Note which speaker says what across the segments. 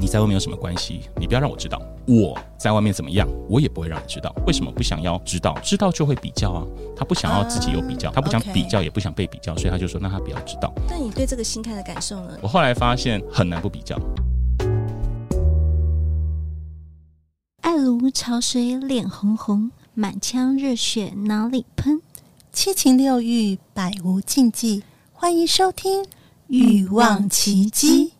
Speaker 1: 你在外面有什么关系，你不要让我知道。我在外面怎么样，我也不会让你知道。为什么不想要知道？知道就会比较啊。他不想要自己有比较，
Speaker 2: 啊
Speaker 1: 他不想
Speaker 2: OK
Speaker 1: 比较，也不想被比较，所以他就说那他不要知道。
Speaker 2: 那你对这个心态的感受呢？
Speaker 1: 我后来发现很难不比较。
Speaker 3: 爱如潮水，脸红红，满腔热血脑里喷。
Speaker 4: 七情六欲，百无禁忌。欢迎收听《
Speaker 3: 欲望
Speaker 4: 奇迹》。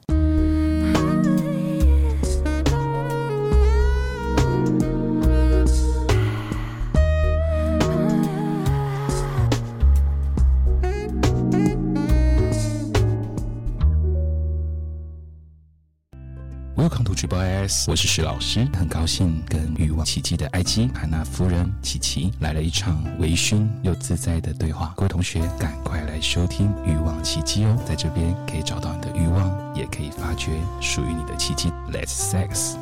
Speaker 1: Welcome to Triple S，我是石老师，很高兴跟欲望奇迹的埃及海娜夫人琪琪来了一场微醺又自在的对话。各位同学，赶快来收听欲望奇迹哦，在这边可以找到你的欲望，也可以发掘属于你的奇迹。Let's sex。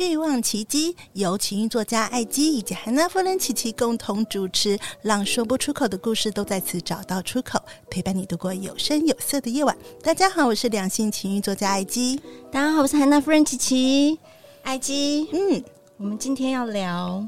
Speaker 4: 欲望奇迹由情欲作家艾姬以及海娜夫人琪琪共同主持，让说不出口的故事都在此找到出口，陪伴你度过有声有色的夜晚。大家好，我是两性情欲作家艾姬。
Speaker 2: 大家好，我是韩娜夫人琪琪，埃及。
Speaker 4: 嗯，
Speaker 2: 我们今天要聊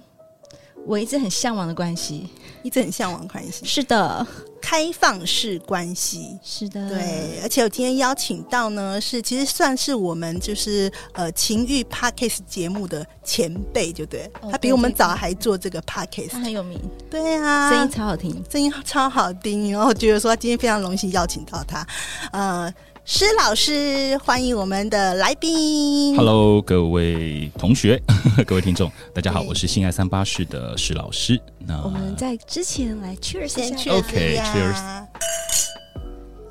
Speaker 2: 我一直很向往的关系。
Speaker 4: 一直很向往关系，
Speaker 2: 是的，
Speaker 4: 开放式关系。
Speaker 2: 是的，
Speaker 4: 对，而且我今天邀请到呢，是其实算是我们就是呃情欲 podcast 节目的前辈，就对了，
Speaker 2: 哦
Speaker 4: 他比
Speaker 2: 对
Speaker 4: 我们
Speaker 2: 对
Speaker 4: 早还做这个
Speaker 2: 他
Speaker 4: podcast，
Speaker 2: 很有名，
Speaker 4: 对啊，
Speaker 2: 声音超好听。
Speaker 4: 声音超好听，然后我觉得说今天非常荣幸邀请到他，呃，施老师，欢迎我们的来宾。
Speaker 1: Hello，各位同学， 各位听众，大家好，
Speaker 4: 对
Speaker 1: 我是性爱三八室的石老师。那
Speaker 2: 我们在之前来 cheers
Speaker 4: 先
Speaker 2: 一
Speaker 4: 去
Speaker 2: 下。哦
Speaker 1: OK，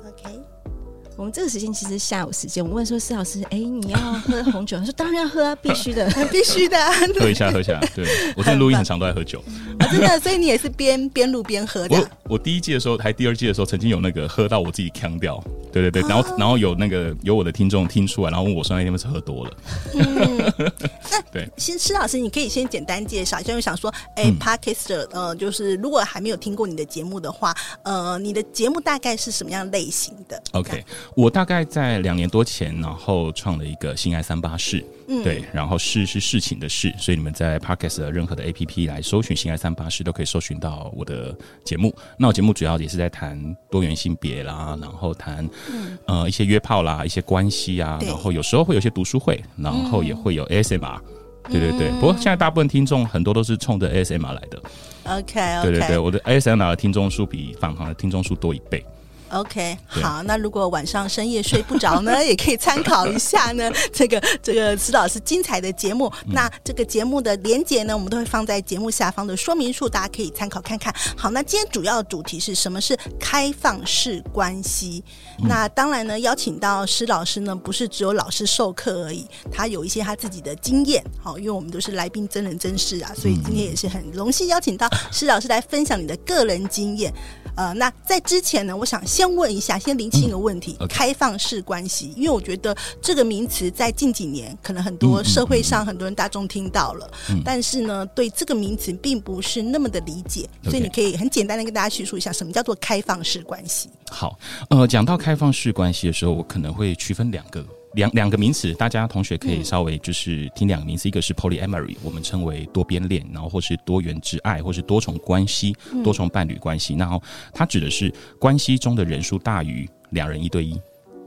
Speaker 4: OK，
Speaker 2: 我们这个时间其实是下午时间，我问说施老师，哎、你要喝红酒？他 说当然要喝啊，必 须的。
Speaker 4: 必须的，啊
Speaker 1: 喝一下，喝一下。对我在录音很常都在喝酒。
Speaker 4: 真的，所以你也是边边录边喝的啊
Speaker 1: 我。我第一季的时候，还第二季的时候，曾经有那个喝到我自己腔掉，对对对，然后然后有那个有我的听众听出来，然后问我说那天是喝多了，
Speaker 4: 先施老师，你可以先简单介绍一下，因为想说，哎、
Speaker 1: 嗯
Speaker 4: p o d c a s t 呃，就是如果还没有听过你的节目的话，呃，你的节目大概是什么样类型的
Speaker 1: OK，我大概在两年多前，然后创了一个性爱三八室，
Speaker 4: 嗯
Speaker 1: 对，然后室是事情的事，所以你们在 Podcast 的任何的 APP 来搜寻性爱三八室，都可以搜寻到我的节目。那我节目主要也是在谈多元性别啦，然后谈、呃一些约炮啦，一些关系啊，
Speaker 4: 嗯对嗯
Speaker 1: 然后有时候会有一些读书会，然后也会有 ASMR、对对对，不过现在大部分听众很多都是冲着 ASMR 来的，
Speaker 4: ？OK，OK，、
Speaker 1: 对对对，我的 ASMR 的听众数比返航的听众数多一倍。
Speaker 4: OK，
Speaker 1: 对
Speaker 4: 好，那如果晚上深夜睡不着 呢，也可以参考一下呢， 这个这个石老师精彩的节目。
Speaker 1: 嗯
Speaker 4: 那这个节目的连接呢，我们都会放在节目下方的说明处，大家可以参考看看。好，那今天主要主题是什么？是开放式关系。
Speaker 1: 嗯
Speaker 4: 那当然呢，邀请到施老师呢，不是只有老师授课而已，他有一些他自己的经验。好，因为我们都是来宾真人真事啊，所以今天也是很荣幸邀请到施老师来分享你的个人经验。呃，那在之前呢，我想先问一下，先厘清一个问题：
Speaker 1: OK
Speaker 4: 开放式关系，因为我觉得这个名词在近几年可能很多
Speaker 1: 嗯嗯嗯
Speaker 4: 社会上很多人大众听到了，但是呢，对这个名词并不是那么的理解，所以
Speaker 1: OK
Speaker 4: 你可以很简单的跟大家叙述一下，什么叫做开放式关系？
Speaker 1: 好，呃，讲到开放式关系的时候，我可能会区分两个。两两个名词，大家同学可以稍微就是听两个名词，一个是 polyamory，我们称为多边恋，然后或是多元之爱，或是多重关系、多重伴侣关系。然后它指的是关系中的人数大于两人一对一，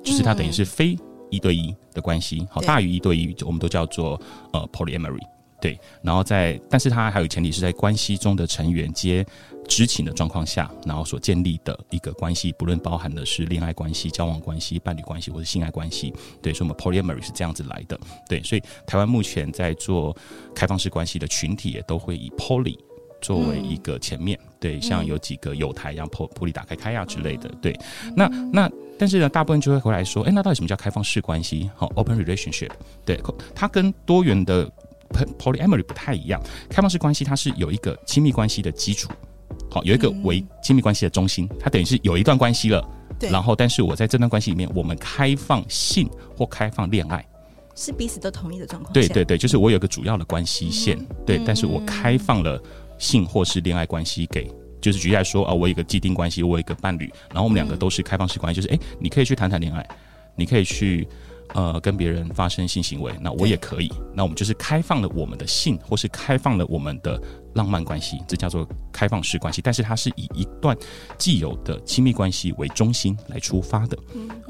Speaker 1: 就是它等于是非一对一的关系，好，
Speaker 4: 对
Speaker 1: 大于一对一，我们都叫做呃 polyamory。对，然后在，但是它还有前提是在关系中的成员皆知情的状况下，然后所建立的一个关系，不论包含的是恋爱关系、交往关系、伴侣关系或是性爱关系，对，所以我们 polyamory 是这样子来的，对，所以台湾目前在做开放式关系的群体也都会以 poly 作为一个前面，对，像有几个有台，像 po poly 打开开呀、之类的，对，那那但是呢，大部分就会回来说，哎、那到底什么叫开放式关系？好、o p e n relationship，对，它跟多元的 poly- polyamory 不太一样，开放式关系它是有一个亲密关系的基础，好、有一个为亲密关系的中心，它等于是有一段关系了，
Speaker 4: 对
Speaker 1: 然后但是我在这段关系里面，我们开放性或开放恋爱。
Speaker 2: 是彼此都同意的状况
Speaker 1: 对
Speaker 2: 下，
Speaker 1: 对对，就是我有个主要的关系线，对，但是我开放了性或是恋爱关系给。就是举例来说啊，我有一个既定关系，我有一个伴侣，然后我们两个都是开放式关系，就是哎，诶你可以去谈谈恋爱，你可以去呃跟别人发生性行为，那我也可以。那我们就是开放了我们的性，或是开放了我们的浪漫关系，这叫做开放式关系。但是它是以一段既有的亲密关系为中心来出发的。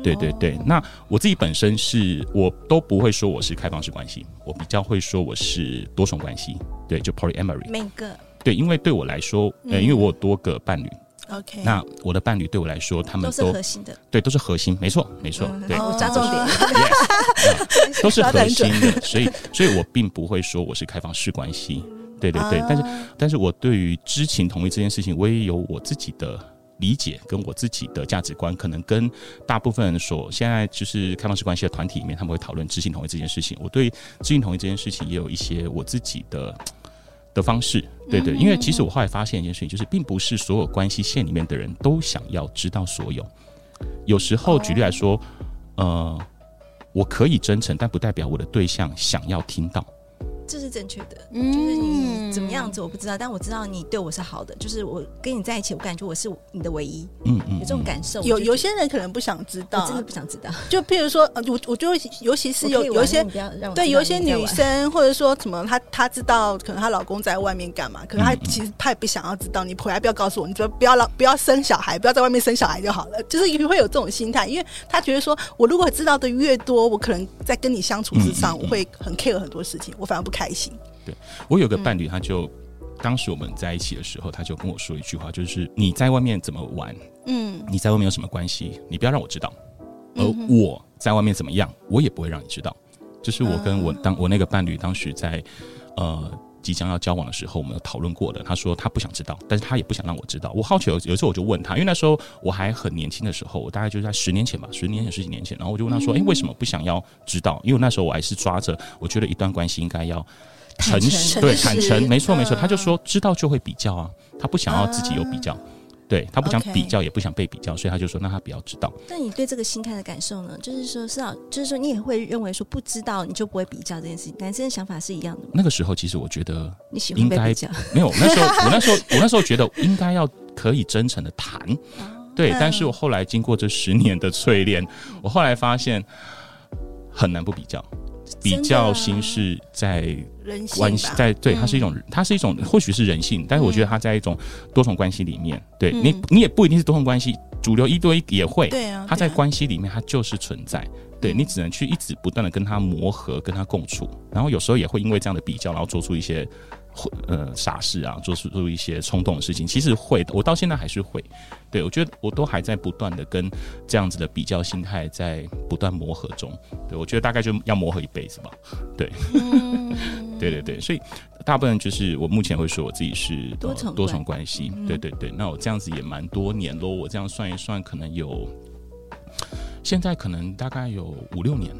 Speaker 1: 对对对。嗯哦那我自己本身是我都不会说我是开放式关系，我比较会说我是多重关系，对，就 polyamory。
Speaker 4: 每个
Speaker 1: 对，因为对我来说，呃，因为我有多个伴侣，
Speaker 4: OK，
Speaker 1: 那我的伴侣对我来说，他们
Speaker 2: 都是
Speaker 1: 都
Speaker 2: 核心的，
Speaker 1: 对都是核心，没错，没错，对。
Speaker 2: 我抓重
Speaker 4: 哦
Speaker 2: 点。
Speaker 1: yes，嗯都是
Speaker 4: 抓得
Speaker 1: 核
Speaker 4: 很
Speaker 1: 心的，所以，所以我并不会说我是开放式关系，对对对，但是，但是我对于知情同意这件事情，我也有我自己的理解跟我自己的价值观，可能跟大部分所现在就是开放式关系的团体里面，他们会讨论知情同意这件事情，我对知情同意这件事情也有一些我自己的。的方式，对对，因为其实我后来发现一件事情，就是并不是所有关系线里面的人都想要知道所有。有时候，举例来说，呃，我可以真诚，但不代表我的对象想要听到。
Speaker 2: 这是正确的，就是你怎么样子我不知道，但我知道你对我是好的，就是我跟你在一起，我感觉我是你的唯一，
Speaker 1: 嗯嗯，
Speaker 2: 有这种感受。
Speaker 4: 有
Speaker 2: 我就
Speaker 4: 有些人可能不想知
Speaker 2: 我
Speaker 4: 道
Speaker 2: 真，的不想知道，
Speaker 4: 就譬如说，呃我我就尤其是
Speaker 2: 我
Speaker 4: 有
Speaker 2: 可以玩
Speaker 4: 有一些
Speaker 2: 但你不要让我
Speaker 4: 对，
Speaker 2: 知道
Speaker 4: 有一些
Speaker 2: 你在
Speaker 4: 女
Speaker 2: 玩
Speaker 4: 生或者说什么，她她知道可能她老公在外面干嘛，可是她
Speaker 1: 嗯嗯
Speaker 4: 其实她也不想要知道，你回来不要告诉我，你不要不要老不要生小孩，不要在外面生小孩就好了，就是也会有这种心态，因为她觉得说我如果知道的越多，我可能在跟你相处之上，
Speaker 1: 嗯嗯嗯嗯
Speaker 4: 我会很 care 很多事情，我反而不开心。
Speaker 1: 我有个伴
Speaker 2: 嗯
Speaker 1: 侣，他就当时我们在一起的时候，他就跟我说一句话，就是你在外面怎么玩，
Speaker 4: 嗯，
Speaker 1: 你在外面有什么关系，你不要让我知道。而我在外面怎么样，我也不会让你知道。就是我跟我当我那个伴侣当时在呃即将要交往的时候，我们有讨论过的。他说他不想知道，但是他也不想让我知道。我好奇有有时候我就问他，因为那时候我还很年轻的时候，我大概就是在十年前吧，十年前十几年前，然后我就问他说：“诶，为什么不想要知道？”因为那时候我还是抓着我觉得一段关系应该要。
Speaker 3: 坦
Speaker 1: 诚
Speaker 3: 诚
Speaker 1: 实对
Speaker 4: 诚
Speaker 1: 坦
Speaker 4: 实
Speaker 1: 诚，没错没错，
Speaker 4: 嗯
Speaker 1: 他就说知道就会比较啊，他不想要自己有比较，对他不想
Speaker 4: 啊 OK
Speaker 1: 比较，也不想被比较，所以他就说那他不要知道。
Speaker 2: 那你对这个心态的感受呢？就是说，是啊，就是说，你也会认为说不知道你就不会比较这件事情，男生的想法是一样的吗？
Speaker 1: 那个时候其实我觉得
Speaker 2: 你喜欢被
Speaker 1: 应该
Speaker 2: 比较，
Speaker 1: 没有，那时 候我那时候我那时候觉得应该要可以真诚的谈，对，
Speaker 4: 嗯
Speaker 1: 但是我后来经过这十年的淬炼，我后来发现很难不比较，比较心是在
Speaker 4: 人性
Speaker 1: 关系
Speaker 4: 吧，
Speaker 1: 在对，它是一种，它是一种，或许是人性，但是我觉得它在一种多重关系里面，
Speaker 4: 嗯
Speaker 1: 对你，你也不一定是多重关系，主流一对一也会，
Speaker 4: 对啊，
Speaker 1: 它在
Speaker 4: 对啊
Speaker 1: 关系里面它就是存在，对你只能去一直不断的跟它磨合，跟它共处，然后有时候也会因为这样的比较，然后做出一些。呃，傻事啊，做出做出一些冲动的事情，其实会的，我到现在还是会。对我觉得我都还在不断的跟这样子的比较心态在不断磨合中。对我觉得大概就要磨合一辈子吧。对， 对对对，所以大部分就是我目前会说我自己是
Speaker 2: 多
Speaker 1: 呃
Speaker 2: 重
Speaker 1: 多
Speaker 2: 关
Speaker 1: 重关系，对对对。那我这样子也蛮多年咯，我这样算一算，可能有现在可能大概有五六年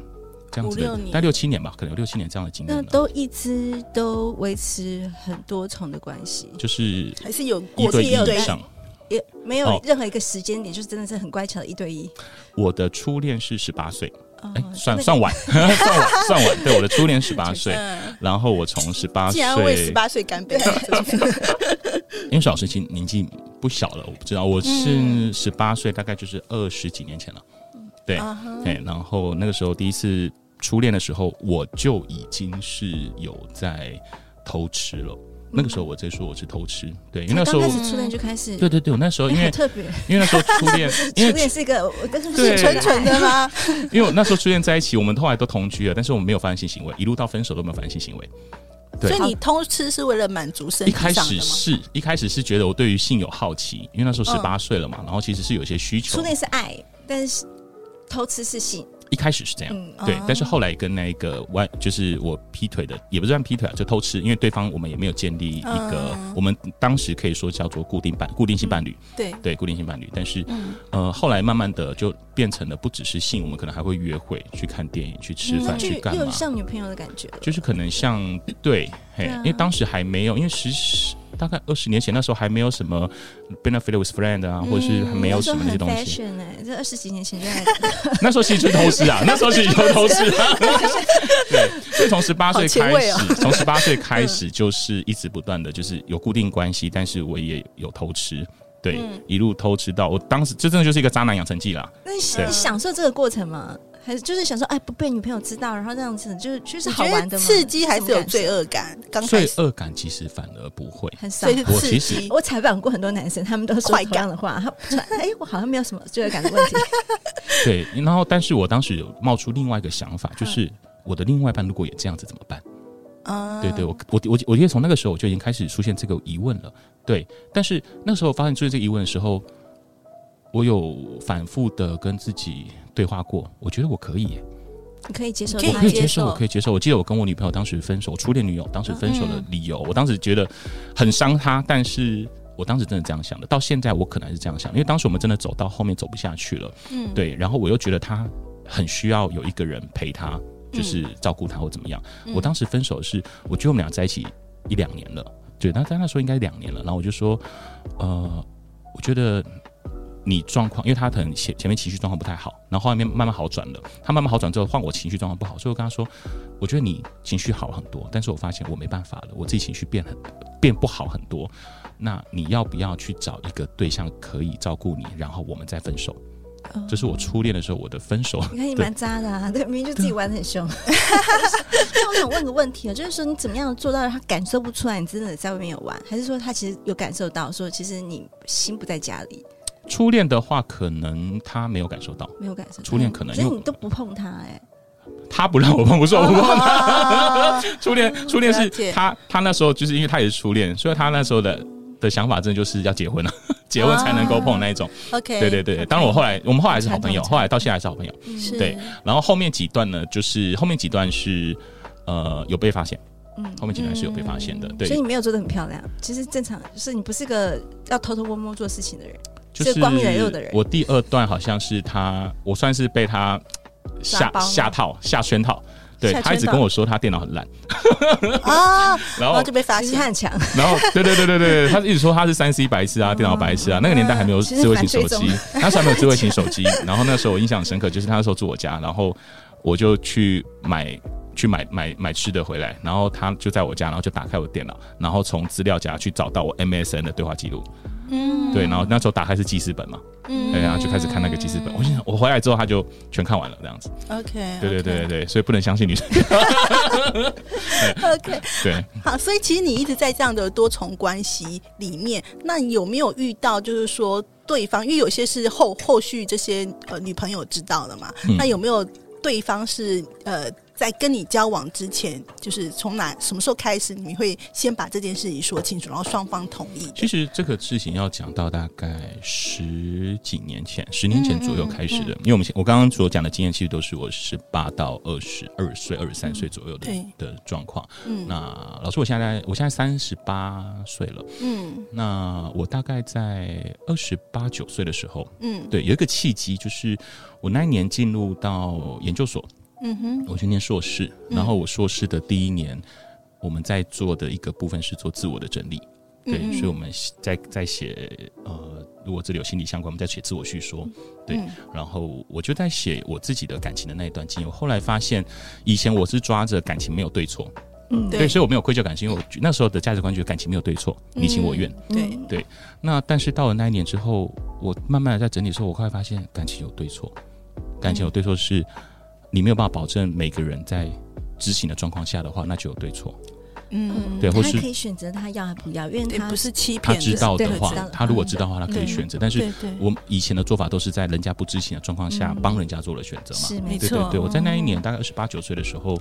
Speaker 1: 这样子
Speaker 4: 五六
Speaker 1: 的，
Speaker 4: 年
Speaker 1: 大概六七年吧，可能有六七年这样的经验
Speaker 2: 那
Speaker 1: 了。
Speaker 2: 都一直都维持很多重的关系，
Speaker 1: 就是
Speaker 4: 还是有
Speaker 1: 一
Speaker 4: 过
Speaker 1: 对
Speaker 4: 去也有
Speaker 1: 一以
Speaker 4: 对
Speaker 1: 上，
Speaker 2: 也没
Speaker 1: 哦
Speaker 2: 有任何一个时间点，就是真的是很乖巧的一对一。
Speaker 1: 我的初恋是十八岁，
Speaker 2: 哦
Speaker 1: 哎，算
Speaker 2: 那
Speaker 1: 算晚， 算晚，算晚。对，我的初恋十八岁，
Speaker 4: 嗯，
Speaker 1: 然后我从十八
Speaker 4: 竟然为
Speaker 1: 岁
Speaker 4: 十，八岁干杯，
Speaker 1: 因为小时其实年纪不小了，我不知道，我是
Speaker 2: 嗯
Speaker 1: 十八岁，大概就是二十几年前了。对，
Speaker 4: 啊哈
Speaker 1: 哎，然后那个时候第一次初恋的时候，我就已经是有在偷吃了。那个时候我在说我是偷吃，对，因为那时
Speaker 2: 刚
Speaker 1: 候
Speaker 2: 开始初恋就开始，
Speaker 1: 对对对，我那时候因
Speaker 2: 哎
Speaker 1: 为
Speaker 2: 好特别，
Speaker 1: 因为那时候初 恋，因
Speaker 2: 初
Speaker 1: 为
Speaker 2: 恋是一个，我但是
Speaker 1: 对
Speaker 4: 纯纯的吗？
Speaker 1: 因为我那时候初恋在一起，我们后来都同居了，但是我们没有发生性行为，一路到分手都没有发生性行为。对
Speaker 4: 所以你偷吃是为了满足身
Speaker 1: 一
Speaker 4: 体
Speaker 1: 开
Speaker 4: 上的
Speaker 1: 始
Speaker 4: 吗？
Speaker 1: 是一开始是觉得我对于性有好奇，因为那时候十八岁了嘛，然后其实是有一些需求
Speaker 2: 嗯初。恋是爱，但是偷吃是性，
Speaker 1: 一开始是这样，
Speaker 2: 嗯，
Speaker 1: 对
Speaker 4: 哦，
Speaker 1: 但是后来跟那个外，就是我劈腿的，也不算劈腿啊，就偷吃，因为对方我们也没有建立一个，
Speaker 4: 嗯
Speaker 1: 我们当时可以说叫做固定伴、固定性伴侣，
Speaker 2: 嗯
Speaker 4: 对，
Speaker 1: 对，固定性伴侣。但是，呃，后来慢慢的就变成了不只是性，我们可能还会约会、去看电影、去吃饭、
Speaker 2: 就
Speaker 1: 去干
Speaker 2: 嗯又
Speaker 1: 嘛，
Speaker 2: 像女啊朋友的感觉了。
Speaker 1: 就是可能像对，嘿，因为当时还没有，因为十十大概二十年前那时候还没有什么 benefit with friend 啊，或者是还没有
Speaker 2: 嗯那时
Speaker 1: 什
Speaker 2: 候
Speaker 1: 么那些
Speaker 2: 很
Speaker 1: 东西。
Speaker 2: fashion 哎、这二十几年前 就在
Speaker 1: 那时候其实就是偷吃 啊，那时候其实就是偷吃啊。对，所以从十八岁
Speaker 4: 好前
Speaker 1: 开
Speaker 4: 卫
Speaker 1: 始
Speaker 4: 哦，
Speaker 1: 从十八岁开始就是一直不断的就是有固定关系，但是我也有偷吃。
Speaker 4: 嗯
Speaker 1: 对，一路偷吃到我当时，这真的就是一个渣男养成记啦。啊
Speaker 2: 那你你享受这个过程吗？还是就是想说，哎，不被女朋友知道，然后这样子就是就是
Speaker 4: 你
Speaker 2: 好
Speaker 4: 觉
Speaker 2: 玩
Speaker 4: 得
Speaker 2: 的嘛，
Speaker 4: 刺激还是有
Speaker 2: 这种
Speaker 4: 罪恶感？刚开
Speaker 1: 罪
Speaker 4: 始，
Speaker 1: 恶感其实反而不会。
Speaker 2: 感受
Speaker 4: 所以
Speaker 2: 很少。
Speaker 1: 我
Speaker 4: 是刺
Speaker 1: 其实
Speaker 4: 激。
Speaker 2: 我采访过很多男生，他们都说
Speaker 4: 快
Speaker 2: 同
Speaker 4: 感
Speaker 2: 样的话，他突然哎，我好像没有什么罪恶感的问 题。
Speaker 1: 对，然后但是我当时有冒出另外一个想法，
Speaker 4: 嗯
Speaker 1: 就是我的另外一半如果也这样子怎么办？
Speaker 4: 啊
Speaker 1: 对对，我我我我觉得从那个时候我就已经开始出现这个疑问了。对，但是那时候发现出现这个疑问的时候，我有反复的跟自己对话过，我觉得我可以耶、
Speaker 2: 你可以接受
Speaker 4: 可以
Speaker 1: 我
Speaker 2: 他
Speaker 1: 可以
Speaker 4: 接
Speaker 1: 接受，
Speaker 4: 受
Speaker 1: 我可以接受。我记得我跟我女朋友当时分手，初恋女友当时分手的理由，我当时觉得很伤她，但是我当时真的这样想的，到现在我可能还是这样想，因为当时我们真的走到后面走不下去了，
Speaker 4: 嗯，
Speaker 1: 对，然后我又觉得她很需要有一个人陪她，就是照顾她或怎么样。我当时分手是，我觉得我们俩在一起一两年了，对，那但那时候应该两年了，然后我就说，呃，我觉得你状况，因为他可能前前面情绪状况不太好，然后后面慢慢好转了，他慢慢好转之后换我情绪状况不好，所以我跟他说，我觉得你情绪好很多，但是我发现我没办法了，我自己情绪变很变不好很多，那你要不要去找一个对象可以照顾你，然后我们再分手？这是我初恋的时候我的分手，
Speaker 2: 你看你
Speaker 1: 对
Speaker 2: 蛮渣的啊，对，明明就自己玩的很凶。那我想问个问题啊，就是说你怎么样做到他感受不出来你真的在外面有玩，还是说他其实有感受到，说其实你心不在家里，
Speaker 1: 初恋的话，可能他没有感受到，
Speaker 2: 没有感受到？
Speaker 1: 初恋可能
Speaker 2: 所以
Speaker 1: 因为
Speaker 2: 你都不碰他哎、
Speaker 1: 他不让我碰，不是我不碰他。
Speaker 4: 啊
Speaker 1: 初恋，
Speaker 2: 嗯
Speaker 1: 初恋
Speaker 4: 了解
Speaker 1: 是他，他那时候就是因为他也是初恋，所以他那时候的的想法真的就是要结婚了， 结婚才能够碰那一种。
Speaker 4: ，OK，
Speaker 1: 对对对，当然我后来我们后来还是好朋友，
Speaker 2: 哦哎传统
Speaker 1: 后来到现在还是好朋友。
Speaker 4: 是
Speaker 1: 对，然后后面几段呢，就是后面几段是呃有被发现，嗯，后面几段是有被发现的，
Speaker 2: 所以
Speaker 1: 对，
Speaker 2: 你没有做的很漂亮。其实正常，就是你不是个要偷偷摸摸做事情的人。
Speaker 1: 就是是
Speaker 2: 光明磊落的人
Speaker 1: 我第二段好像是他，我算是被他
Speaker 2: 抓
Speaker 1: 下
Speaker 2: 包吗
Speaker 1: 下套下圈套，对
Speaker 4: 下圈套
Speaker 1: 他一直跟我说他电脑很烂，
Speaker 4: 啊，
Speaker 1: 然
Speaker 4: 然
Speaker 1: 后
Speaker 4: 后就被发
Speaker 2: 其实他
Speaker 4: 现，
Speaker 2: 很强，
Speaker 1: 然后，对对对对对，他一直说他是三 C 白痴啊，电脑白痴啊，那个年代还没有智慧型手
Speaker 2: 其
Speaker 1: 机
Speaker 2: 实，
Speaker 1: 那时候还没有智慧型手机。然后那时候我印象很深刻，就是他那时候住我家，然后我就去买去买买买吃的回来，然后他就在我家，然后就打开我电脑，然后从资料夹去找到我 MSN 的对话记录，
Speaker 4: 嗯
Speaker 1: 对，然后那时候打开是记事本嘛，
Speaker 4: 嗯
Speaker 1: 对，然啊后就开始看那个记事本。我想我回来之后他就全看完了这样子，
Speaker 4: ，OK，
Speaker 1: 对对对对对，所以不能相信女生，
Speaker 4: ，OK，
Speaker 1: 对。
Speaker 4: 好，所以其实你一直在这样的多重关系里面，那你有没有遇到就是说对方，因为有些是后后续这些呃女朋友知道的嘛，
Speaker 1: 嗯
Speaker 4: 那有没有对方是呃在跟你交往之前，就是从哪什么时候开始，你会先把这件事情说清楚，然后双方同意的？
Speaker 1: 其实这个事情要讲到大概十几年前，十年前左右开始的，
Speaker 4: 嗯
Speaker 1: 因为我们现我刚刚所讲的经验，其实都是我十八到二十二岁、二十三岁左右的、
Speaker 4: 对
Speaker 1: 的状况。
Speaker 4: 嗯
Speaker 1: 那老师，我现在我现在三十八岁了，
Speaker 4: 嗯
Speaker 1: 那我大概在二十八九岁的时候，
Speaker 4: 嗯
Speaker 1: 对，有一个契机，就是我那一年进入到研究所，
Speaker 4: 嗯哼，
Speaker 1: 我去念硕士，
Speaker 4: 嗯
Speaker 1: 然后我硕士的第一年，我们在做的一个部分是做自我的整理，对，
Speaker 4: 嗯嗯
Speaker 1: 所以我们在在写呃，如果这里有心理相关，我们在写自我叙说，对，
Speaker 4: 嗯
Speaker 1: 然后我就在写我自己的感情的那一段经历。我后来发现，以前我是抓着感情没有对错，
Speaker 2: 嗯，
Speaker 1: 对，所以我没有愧疚感，是因为我那时候的价值观觉得感情没有对错，你情我愿。
Speaker 4: 对，
Speaker 1: 那但是到了那一年之后，我慢慢的在整理的时候，我后来发现感情有对错，感情有对错是你没有办法保证每个人在执行的状况下的话，那就有对错。
Speaker 4: 嗯，
Speaker 1: 对或
Speaker 2: 他
Speaker 1: 是
Speaker 2: 可以选择他要还不要，因为
Speaker 4: 对，
Speaker 2: 他
Speaker 4: 不是欺
Speaker 1: 他
Speaker 4: 骗的，
Speaker 1: 知道的
Speaker 2: 对
Speaker 1: 话
Speaker 2: 知道的，
Speaker 1: 他如果知道的话，他可以
Speaker 4: 对
Speaker 1: 选择。但是
Speaker 4: 对对，
Speaker 1: 我以前的做法都是在人家不知情的状况下帮人家做了选择嘛。
Speaker 2: 是没
Speaker 4: 没
Speaker 1: 对
Speaker 4: 错嗯
Speaker 1: 对对，我在那一年大概二十八九岁的时候，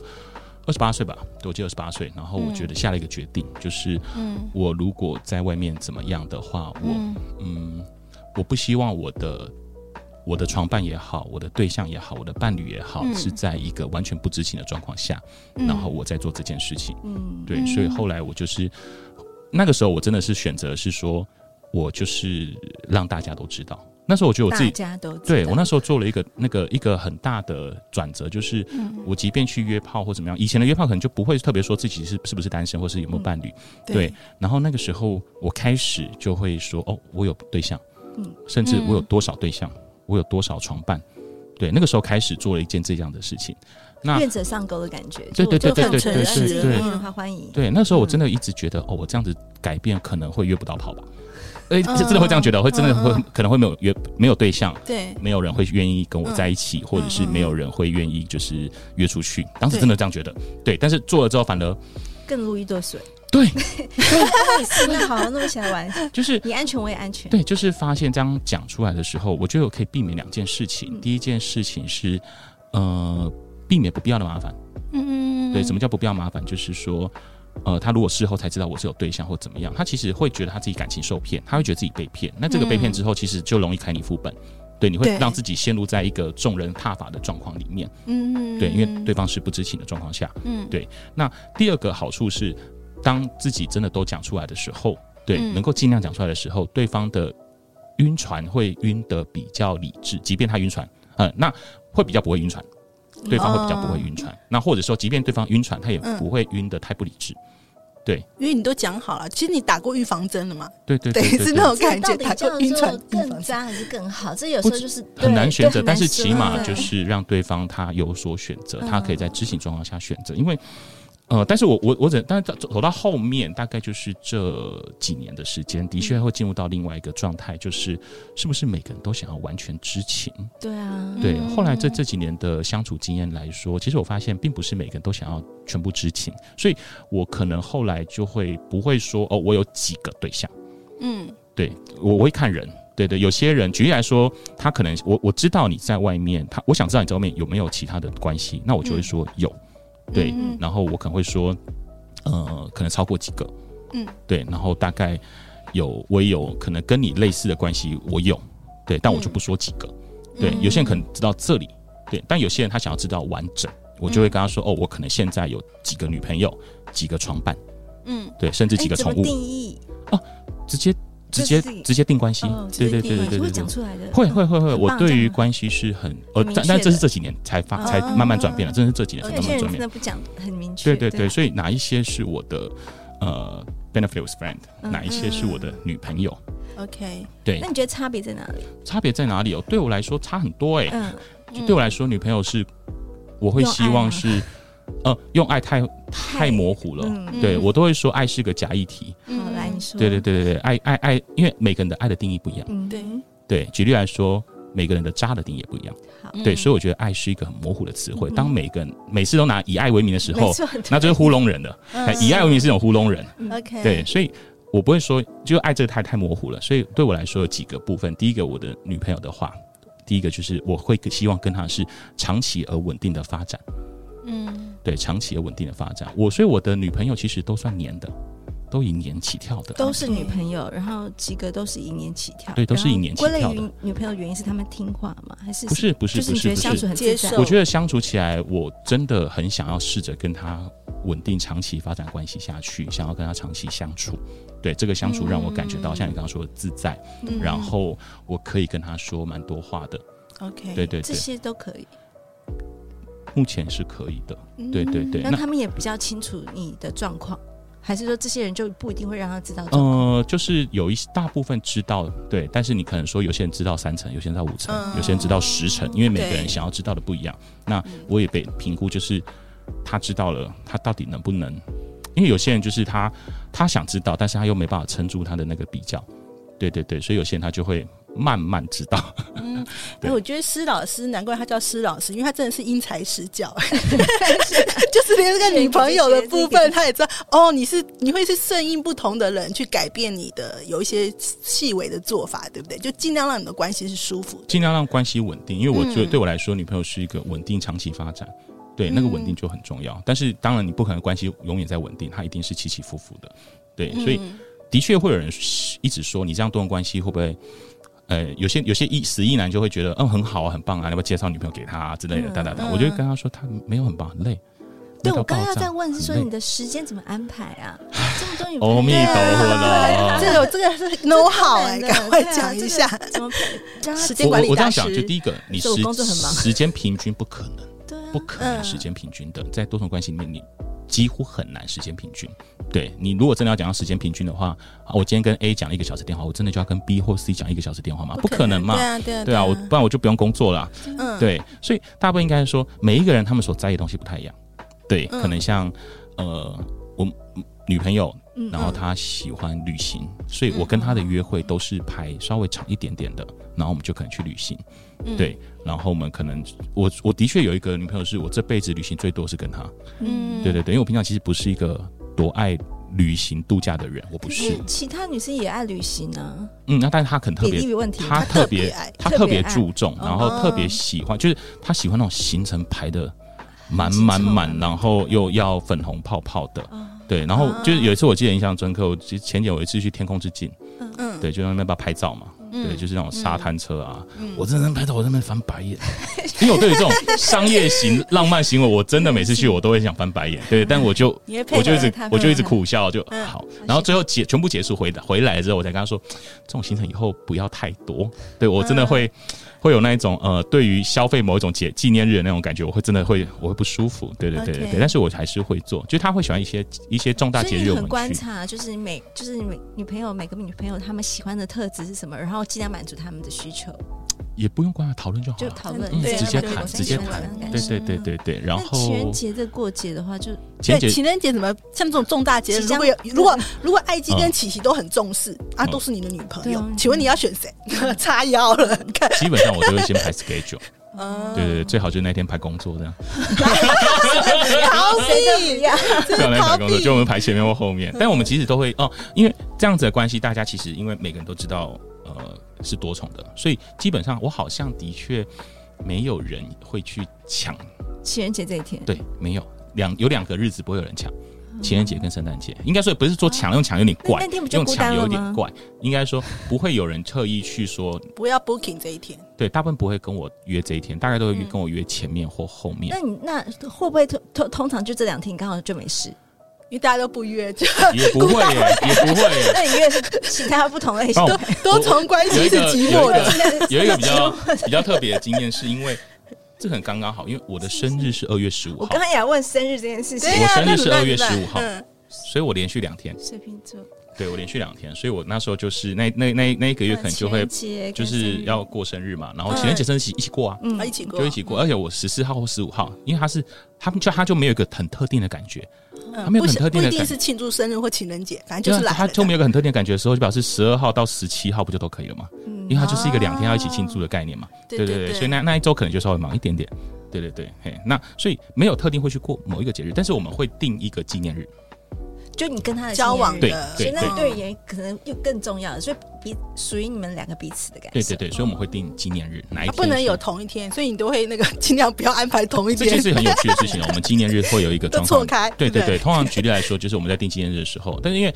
Speaker 1: 二十八岁吧，对我记得二十八岁。然后我觉得下了一个决定，就是
Speaker 4: 嗯
Speaker 1: 我如果在外面怎么样的话，我
Speaker 4: 嗯
Speaker 1: 嗯，我不希望我的我的床伴也好，我的对象也好，我的伴侣也好，
Speaker 4: 嗯
Speaker 1: 是在一个完全不知情的状况下，
Speaker 4: 嗯
Speaker 1: 然后我在做这件事情。
Speaker 2: 嗯，
Speaker 1: 对，所以后来我就是那个时候，我真的是选择是说，我就是让大家都知道。那时候我觉得我自
Speaker 2: 大
Speaker 1: 己
Speaker 2: 家都知
Speaker 1: 对
Speaker 2: 道
Speaker 1: 我那时候做了一个那个一个很大的转折，就是
Speaker 2: 嗯
Speaker 1: 我即便去约炮或怎么样，以前的约炮可能就不会特别说自己是是不是单身或是有
Speaker 2: 嗯
Speaker 1: 没有伴侣，对，然后那个时候我开始就会说哦，我有对象，
Speaker 2: 嗯
Speaker 1: 甚至
Speaker 4: 嗯
Speaker 1: 我有多少对象，我有多少床伴，对，那个时候开始做了一件这样的事情。那
Speaker 2: 愿者上钩的感觉，
Speaker 1: 对对对对对
Speaker 2: 就我
Speaker 4: 对
Speaker 2: 就很
Speaker 4: 对
Speaker 2: 诚实
Speaker 4: 对
Speaker 2: 愿意的话欢迎。
Speaker 1: 对，那时候我真的一直觉得，哦，我这样子改变可能会约不到炮吧。哎、这真的会这样觉得，会真的会、
Speaker 2: 嗯
Speaker 1: 可能会没有约没有对象，
Speaker 4: 对，
Speaker 1: 没有人会愿意跟我在一起，或者是没有人会愿意就是约出去。当时真的这样觉得，对。但是做了之后，反而
Speaker 2: 更如鱼得水。
Speaker 1: 对，
Speaker 2: 那好， 那我起来玩，
Speaker 1: 就是
Speaker 2: 你安全我也安全。
Speaker 1: 对，就是发现这样讲出来的时候，我觉得我可以避免两件事情。
Speaker 2: 嗯
Speaker 1: 第一件事情是，呃，避免不必要的麻烦。
Speaker 3: 嗯，
Speaker 1: 对，什么叫不必要麻烦？就是说，呃，他如果事后才知道我是有对象或怎么样，他其实会觉得他自己感情受骗，他会觉得自己被骗。那这个被骗之后，其实就容易开你副本。对，你会
Speaker 4: 对
Speaker 1: 让自己陷入在一个众人踏法的状况里面。
Speaker 4: 嗯
Speaker 1: 对，因为对方是不知情的状况下。
Speaker 3: 嗯
Speaker 1: 对那第二个好处是，当自己真的都讲出来的时候，对，
Speaker 3: 嗯
Speaker 1: 能够尽量讲出来的时候，对方的晕船会晕得比较理智，即便他晕船，呃，那会比较不会晕船，对方会比较不会晕船。那或者说，即便对方晕船，他也
Speaker 4: 哦嗯
Speaker 1: 不会晕得太不理智。
Speaker 4: 因为你都讲好了，其实你打过预防针了嘛，
Speaker 1: 对对
Speaker 4: 对，
Speaker 1: 对对
Speaker 4: 是那
Speaker 1: 对，
Speaker 4: 种感觉，
Speaker 2: 这
Speaker 4: 打
Speaker 2: 到底
Speaker 4: 过
Speaker 2: 叫
Speaker 4: 晕船
Speaker 2: 做
Speaker 4: 预防
Speaker 2: 更
Speaker 4: 针。
Speaker 2: 渣还是更好？这有时候就是对
Speaker 1: 很难选择，
Speaker 2: 对
Speaker 1: 但是
Speaker 2: 很难
Speaker 1: 起码
Speaker 2: 说
Speaker 1: 就是让对方他有所选择，
Speaker 2: 嗯
Speaker 1: 他可以在知情状况下选择，因为。呃，但是我我我只，但是走走到后面，大概就是这几年的时间，的确
Speaker 2: 嗯
Speaker 1: 会进入到另外一个状态，就是是不是每个人都想要完全知情？
Speaker 2: 对啊，
Speaker 1: 对，后来这这几年的相处经验来说，其实我发现并不是每个人都想要全部知情，所以我可能后来就会不会说哦，我有几个对象。
Speaker 4: 嗯，
Speaker 1: 对我我会看人，对对，有些人举例来说，他可能我我知道你在外面，他我想知道你在外面有没有其他的关系，那我就会
Speaker 2: 嗯
Speaker 1: 说有，对，
Speaker 4: 嗯
Speaker 1: 然后我可能会说，呃，可能超过几个，
Speaker 4: 嗯，
Speaker 1: 对，然后大概有我也有可能跟你类似的关系，我有，对，但我
Speaker 2: 嗯
Speaker 1: 就不说几个，对，有些人可能知道这里，对，但有些人他想要知道完整，我就会跟他说，哦，我可能现在有几个女朋友，几个床伴，
Speaker 4: 嗯，
Speaker 1: 对，甚至
Speaker 2: 哎
Speaker 1: 几个
Speaker 2: 怎
Speaker 1: 宠
Speaker 2: 么
Speaker 1: 物，
Speaker 2: 定义
Speaker 1: 直接直接
Speaker 2: 这是
Speaker 1: 直接定关系
Speaker 2: 哦，
Speaker 1: 对对
Speaker 2: 这是
Speaker 1: 对
Speaker 2: 定义
Speaker 1: 对对
Speaker 2: 会
Speaker 1: 对
Speaker 2: 讲
Speaker 1: 对，
Speaker 2: 出来的，
Speaker 1: 会会会会，
Speaker 2: 很
Speaker 1: 我
Speaker 2: 棒
Speaker 1: 对
Speaker 2: 这
Speaker 1: 于
Speaker 2: 样
Speaker 1: 关系是很呃，
Speaker 2: 明
Speaker 1: 但
Speaker 2: 确
Speaker 1: 但这是
Speaker 2: 的
Speaker 1: 这几年才发
Speaker 4: 哦
Speaker 1: 才慢慢转变了，真的是这几年
Speaker 2: 有
Speaker 1: 才慢
Speaker 2: 些
Speaker 1: 慢
Speaker 2: 人
Speaker 1: 转
Speaker 2: 呃真
Speaker 1: 变，
Speaker 2: 的不讲得很明确，啊
Speaker 1: 对对对，所以哪一些是我的呃 benefits friend，
Speaker 2: 嗯
Speaker 1: 哪一些是我的女朋友？
Speaker 4: 嗯 OK，
Speaker 1: 对
Speaker 2: 那，你觉得差别在哪里？
Speaker 1: 差别在哪里哦？对我来说差很多哎，
Speaker 2: 嗯，
Speaker 1: 就对我来说，女朋友是我会
Speaker 2: 用爱
Speaker 1: 希望
Speaker 2: 吗
Speaker 1: 是呃用爱太太模糊了，
Speaker 2: 嗯
Speaker 1: 对
Speaker 4: 嗯
Speaker 1: 我都会说爱是个假议题，
Speaker 2: 好，来你说，
Speaker 1: 对对，对对对，爱爱爱，因为每个人的爱的定义不一样。
Speaker 2: 嗯，
Speaker 4: 对，
Speaker 1: 对，举例来说，每个人的渣的定义也不一样。
Speaker 2: 好，
Speaker 1: 对，
Speaker 4: 嗯
Speaker 1: 所以我觉得爱是一个很模糊的词汇。当每个人每次都拿以爱为名的时
Speaker 2: 嗯没
Speaker 1: 候，
Speaker 2: 错，嗯很
Speaker 1: 那就是糊弄人 的。哎以爱为名是一种糊弄人。
Speaker 4: OK，
Speaker 1: 对，，所以我不会说，就爱这个太太模糊了。所以对我来说有几个部分，第一个我的女朋友的话。第一个就是我会希望跟她是长期而稳定的发展，
Speaker 3: 嗯
Speaker 1: 对，长期而稳定的发展。我所以我的女朋友其实都算年的，都以年起跳的，
Speaker 2: 都是女朋友，然后几个都是一年起跳，
Speaker 1: 对都是一年起跳的
Speaker 2: 然后归类于女朋友原因是他们听话吗？还是
Speaker 1: 不是不是
Speaker 2: 就是
Speaker 1: 不
Speaker 2: 你觉
Speaker 1: 是
Speaker 2: 得
Speaker 1: 不
Speaker 2: 相
Speaker 1: 是
Speaker 2: 处很
Speaker 4: 接
Speaker 2: 自在
Speaker 4: 受
Speaker 1: 我觉得相处起来，我真的很想要试着跟他稳定长期发展关系下去，想要跟他长期相处。对这个相处让我感觉到，像你刚刚说的自在，
Speaker 4: 嗯
Speaker 1: 然后我可以跟他说蛮多话的。
Speaker 4: OK，
Speaker 1: 对对
Speaker 2: 这
Speaker 1: 对，
Speaker 2: 些都可以，
Speaker 1: 目前是可以的。对对对，
Speaker 2: 让
Speaker 1: 那
Speaker 2: 他们也比较清楚你的状况，还是说这些人就不一定会让他知道状况？
Speaker 1: 呃，就是有一大部分知道，对，但是你可能说有些人知道三层，有些人知道五层，
Speaker 4: 嗯
Speaker 1: 有些人知道十层，因为每个人
Speaker 4: 对嗯
Speaker 1: 想要知道的不一样。那我也被评估，就是他知道了，他到底能不能？因为有些人就是他他想知道，但是他又没办法撑住他的那个比较。对对对，所以有些人他就会慢慢知道。对
Speaker 4: 哎，我觉得施老师，难怪他叫施老师，因为他真的是因材施 教，就是连这个女朋友的部分，他也知道哦，你是你会是顺应不同的人去改变你的有一些细微的做法，对不对？就尽量让你的关系是舒服的。
Speaker 1: 尽量让关系稳定，因为我觉得
Speaker 4: 嗯
Speaker 1: 对我来说，女朋友是一个稳定长期发展，对那个稳定就很重要。但是当然，你不可能关系永远在稳定，它一定是起起伏伏的，对，
Speaker 4: 嗯
Speaker 1: 所以的确会有人一直说你这样多人关系会不会？呃，有些有些一死意男就会觉得，嗯，很好啊，很棒啊，要不要介绍女朋友给他啊之类的，哒哒哒。我就跟他说，他没有很棒，很累。
Speaker 2: 对
Speaker 1: 累到
Speaker 2: 我刚刚
Speaker 1: 爆
Speaker 2: 要
Speaker 1: 炸
Speaker 2: 再问是说
Speaker 1: 很
Speaker 2: 你
Speaker 1: 累
Speaker 2: 的时间怎么安排啊？这么多女朋友啊
Speaker 1: 阿弥陀佛了。
Speaker 4: 这有这个是 know how 哎，
Speaker 2: 真的
Speaker 4: 赶快
Speaker 2: 对啊
Speaker 4: 讲一
Speaker 2: 这个
Speaker 4: 下。
Speaker 2: 怎么让他
Speaker 4: 时
Speaker 1: 我
Speaker 4: 间管
Speaker 1: 我
Speaker 4: 理
Speaker 1: 我这
Speaker 4: 大
Speaker 1: 样
Speaker 4: 师
Speaker 1: 想，就第一个，你时
Speaker 2: 所以我工作很忙
Speaker 1: 时间平均不可能。
Speaker 2: 对啊
Speaker 1: 不可能
Speaker 4: 嗯
Speaker 1: 时间平均的，在多重关系里面，你几乎很难时间平均。对你，如果真的要讲到时间平均的话，啊我今天跟 A 讲了一个小时电话，我真的就要跟 B 或 C 讲一个小时电话吗？不可能嘛
Speaker 4: 对。啊，对啊，
Speaker 1: 对啊，我不然我就不用工作了啊、
Speaker 4: 嗯，
Speaker 1: 对，所以大部分应该说，每一个人他们所在意的东西不太一样。对，
Speaker 4: 嗯
Speaker 1: 可能像呃，我女朋友
Speaker 2: 嗯
Speaker 1: 然后他喜欢旅行，所以我跟
Speaker 4: 嗯
Speaker 1: 他的约会都是排稍微长一点点的，然后我们就可能去旅行，
Speaker 4: 嗯
Speaker 1: 对，然后我们可能我我的确有一个女朋友是我这辈子旅行最多是跟她，
Speaker 4: 嗯
Speaker 1: 对对对，因为我平常其实不是一个多爱旅行度假的人，我不是，
Speaker 2: 其他女生也爱旅行啊，
Speaker 1: 嗯，那但是她可能特
Speaker 2: 比
Speaker 1: 别
Speaker 2: 例问题。
Speaker 1: 他
Speaker 4: 他
Speaker 1: 特
Speaker 4: 特别
Speaker 1: 别
Speaker 4: 爱
Speaker 1: 他
Speaker 2: 特
Speaker 1: 特
Speaker 2: 别
Speaker 1: 别
Speaker 2: 爱
Speaker 1: 注重，然后特别喜欢，就是他喜欢那种行程排的满满满，然后又要粉红泡泡的。对，然后就是有一次我记得印象深刻，我其实前年有一次去天空之境，
Speaker 4: 嗯，
Speaker 1: 对，就在那边拍照嘛，
Speaker 4: 嗯
Speaker 1: 对，就是那种沙滩车啊，我真的能拍到我在那边翻白眼， 因为我对于这种商业型浪漫行为，我真的每次去我都会想翻白眼，对，但我就
Speaker 4: 你会配
Speaker 1: 我就一
Speaker 4: 合
Speaker 1: 直
Speaker 2: 他嗯
Speaker 1: 我就一直
Speaker 2: 配合他
Speaker 1: 苦笑，就好。然后最后结全部结束回回来之后，我才跟他说，这种行程以后不要太多。对我真的会、
Speaker 2: 嗯
Speaker 1: 会有那一种呃，对于消费某一种节纪念日的那种感觉，我会真的会我会不舒服。对对对对对
Speaker 4: OK
Speaker 1: 但是我还是会做，就是他会喜欢一些一些重大
Speaker 2: 所
Speaker 1: 节
Speaker 2: 以
Speaker 1: 日
Speaker 2: 你
Speaker 1: 我
Speaker 2: 很
Speaker 1: 们
Speaker 2: 观
Speaker 1: 去。
Speaker 2: 察，就是每就是每女朋友每个女朋友她们喜欢的特质是什么，然后尽量满足她们的需求，
Speaker 1: 也不用观察讨论就好
Speaker 2: 就
Speaker 1: 了。
Speaker 2: 讨论
Speaker 1: 嗯
Speaker 2: 对
Speaker 1: 直接
Speaker 2: 她们
Speaker 1: 谈
Speaker 2: 我
Speaker 1: 直接
Speaker 2: 喜欢
Speaker 1: 谈
Speaker 2: 这种感
Speaker 1: 对
Speaker 2: 觉
Speaker 1: 对对对对，然
Speaker 2: 那情人
Speaker 1: 后
Speaker 2: 节的过节的话，就
Speaker 1: 情
Speaker 4: 对
Speaker 1: 人节
Speaker 4: 情人节怎么像这种重大节日，
Speaker 2: 即
Speaker 4: 如
Speaker 2: 将
Speaker 4: 果有如果如果艾姬
Speaker 1: 嗯
Speaker 4: 跟琪琪都很重视啊，
Speaker 1: 嗯
Speaker 4: 都是你的女朋
Speaker 2: 对
Speaker 4: 友
Speaker 2: 啊，
Speaker 4: 请问你要选谁？ 叉腰了，你看，
Speaker 1: 基本上我都会先 排 schedule，
Speaker 4: 嗯，
Speaker 1: 对对对，最好就是那天排工作这样，
Speaker 4: 逃避，
Speaker 1: 最好那天排工
Speaker 4: 逃
Speaker 1: 作，
Speaker 4: 避
Speaker 1: 就我们排前面或后面，但我们其实都会哦，因为这样子的关系，大家其实因为每个人都知道呃是多重的，所以基本上我好像的确没有人会去抢，
Speaker 2: 情人节这一天，
Speaker 1: 对，没有两有两个日子不会有人抢。情人节跟圣诞节，应该说不是说抢，用抢有点怪
Speaker 2: 嗯啊那天不，就
Speaker 1: 用
Speaker 2: 孤单
Speaker 1: 抢有
Speaker 2: 了
Speaker 1: 点
Speaker 2: 吗
Speaker 1: 怪，应该说不会有人特意去说
Speaker 4: 不要 booking 这一天，
Speaker 1: 对，大部分不会跟我约这一天，大概都会约
Speaker 4: 嗯
Speaker 1: 跟我约前面或后面
Speaker 2: 那。你那会不会通通通常就这两天刚好就没事？
Speaker 4: 因为大家都不 约，就
Speaker 1: 也不 会耶，也不会耶。
Speaker 2: 那你越是其他不同类型，
Speaker 1: 哦
Speaker 4: 多重关系是寂寞的。
Speaker 1: 有一个比较比较特别的经验，是因为这很刚刚好，因为我的生日是二月十五
Speaker 2: 我
Speaker 1: 号
Speaker 2: 刚，才也要问生日这件事情
Speaker 4: 对，
Speaker 1: 我
Speaker 4: 啊
Speaker 1: 生日是
Speaker 4: 那
Speaker 1: 2月
Speaker 4: 那
Speaker 1: 15号
Speaker 4: 嗯
Speaker 1: 所以我连续两天，
Speaker 2: 水瓶座，
Speaker 1: 对我连续两天，所以我那时候就是那那那那一个月可能就会
Speaker 2: 情人节
Speaker 1: 就
Speaker 2: 跟生
Speaker 1: 是
Speaker 2: 日
Speaker 1: 要过生日嘛，然后情人节生日一起一起过啊，
Speaker 2: 嗯
Speaker 4: 啊一起过，
Speaker 1: 就一起过，而且我十四号或十五号，因为他是他们就他就没有一个很特定的感觉，
Speaker 4: 嗯，
Speaker 1: 他没有
Speaker 4: 不
Speaker 1: 很
Speaker 4: 是
Speaker 1: 特定
Speaker 4: 不
Speaker 1: 的
Speaker 4: 一定
Speaker 1: 感
Speaker 4: 是庆祝生日或情人节，反正
Speaker 1: 对
Speaker 4: 就
Speaker 1: 啊
Speaker 4: 是来了
Speaker 1: 他就没有一个很特定的感觉的时候，就表示十二号到十七号不就都可以了吗？因为它就是一个两天要一起庆祝的概念嘛。
Speaker 4: 对
Speaker 1: 对
Speaker 4: 嗯啊对
Speaker 1: 对，
Speaker 4: 对
Speaker 1: 所以那那一周可能就稍微忙一点点。对对对，嘿，那所以没有特定会去过某一个节日，但是我们会定一个纪念日。
Speaker 2: 就你跟他的
Speaker 4: 交往
Speaker 2: 情人
Speaker 1: 对
Speaker 2: 节
Speaker 4: 的，
Speaker 2: 所
Speaker 1: 对
Speaker 2: 以那对也可能又更重要了，所以彼属于你们两个彼此的感
Speaker 1: 对
Speaker 2: 受
Speaker 1: 对。对，所以我们会定纪念日，哪一
Speaker 4: 啊
Speaker 1: 天、
Speaker 4: 不能有。同一天，所以你都会那个 尽量不要安排同一
Speaker 1: 这件
Speaker 4: 天。
Speaker 1: 是很有趣的事情哦。我们纪念日会有一个
Speaker 4: 都
Speaker 1: 状
Speaker 4: 错
Speaker 1: 况，
Speaker 4: 开，
Speaker 1: 对对
Speaker 4: 不
Speaker 1: 对，通常举例来说，就是我们在定纪念日的时候，但是因为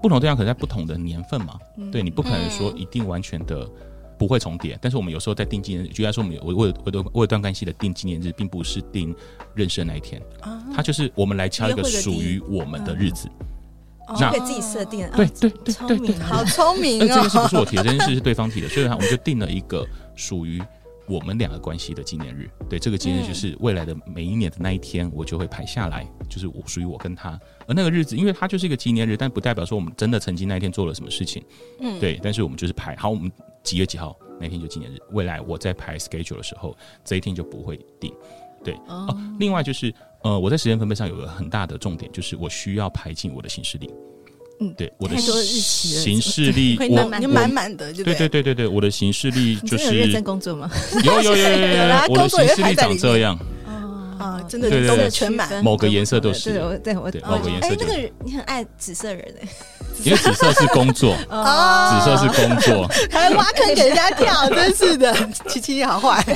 Speaker 1: 不同对象可能在不同的年份嘛，
Speaker 2: 嗯
Speaker 1: 对你不可能说一定完全的不会重叠。但是我们有时候在定纪念日，举例来说，我们有我我有我有我有段关系的定纪念日，并不是定认识的那一天，它就是我们来敲一个
Speaker 2: 啊约会的
Speaker 1: 属
Speaker 2: 第一
Speaker 1: 于我们的日子。
Speaker 4: 哦
Speaker 1: 那
Speaker 2: 给自己设定了，
Speaker 1: 对
Speaker 2: 啊
Speaker 1: 对对
Speaker 2: 聪
Speaker 1: 对
Speaker 2: 明
Speaker 1: 对，
Speaker 4: 好
Speaker 1: 但
Speaker 4: 聪明
Speaker 1: 呃这件事不
Speaker 4: 哦。
Speaker 1: 是我提的，这件事是对方提的，所以呢，我们就定了一个属于我们两个关系的纪念日。对，这个纪
Speaker 2: 嗯
Speaker 1: 念日就是未来的每一年的那一天，我就会排下来，就是我属于我跟他。而那个日子，因为它就是一个纪念日，但不代表说我们真的曾经那一天做了什么事情。
Speaker 4: 嗯，
Speaker 1: 对，但是我们就是排好，我们几月几号那天就纪念日。未来我在排 schedule 的时候，这一天就不会定。对哦、另外就是呃，我在时间分配上有个很大的重点，就是我需要排进我的行事历。
Speaker 2: 嗯
Speaker 1: 对，我的
Speaker 2: 太多日期了
Speaker 1: 行事 历，
Speaker 2: 会
Speaker 1: 我
Speaker 2: 慢慢
Speaker 4: 你
Speaker 1: 我
Speaker 4: 满满的，对不
Speaker 1: 对对
Speaker 4: 对？
Speaker 1: 对对对，我的行事历
Speaker 2: 你
Speaker 1: 就
Speaker 2: 真的有
Speaker 1: 是
Speaker 2: 认真工作吗？
Speaker 1: 有有有有有
Speaker 4: 有
Speaker 1: 有
Speaker 4: 啦，
Speaker 1: 我的
Speaker 4: 工作
Speaker 1: 行
Speaker 4: 也
Speaker 1: 事
Speaker 4: 还
Speaker 1: 历
Speaker 4: 在
Speaker 1: 长
Speaker 4: 里
Speaker 1: 这样，
Speaker 4: 啊
Speaker 2: 啊，
Speaker 4: 真的
Speaker 1: 对对
Speaker 4: 都
Speaker 1: 对
Speaker 4: 是全满，
Speaker 1: 某个颜色都是
Speaker 2: 对，我对我
Speaker 1: 对某个颜色
Speaker 2: 哎，
Speaker 1: 就
Speaker 2: 那
Speaker 1: 是
Speaker 2: 个人你很爱紫色人哎，
Speaker 1: 因为紫色是工作，
Speaker 4: 哦
Speaker 1: 紫色是工作，
Speaker 4: 还挖坑给人家 跳，真是的，琪琪你好坏。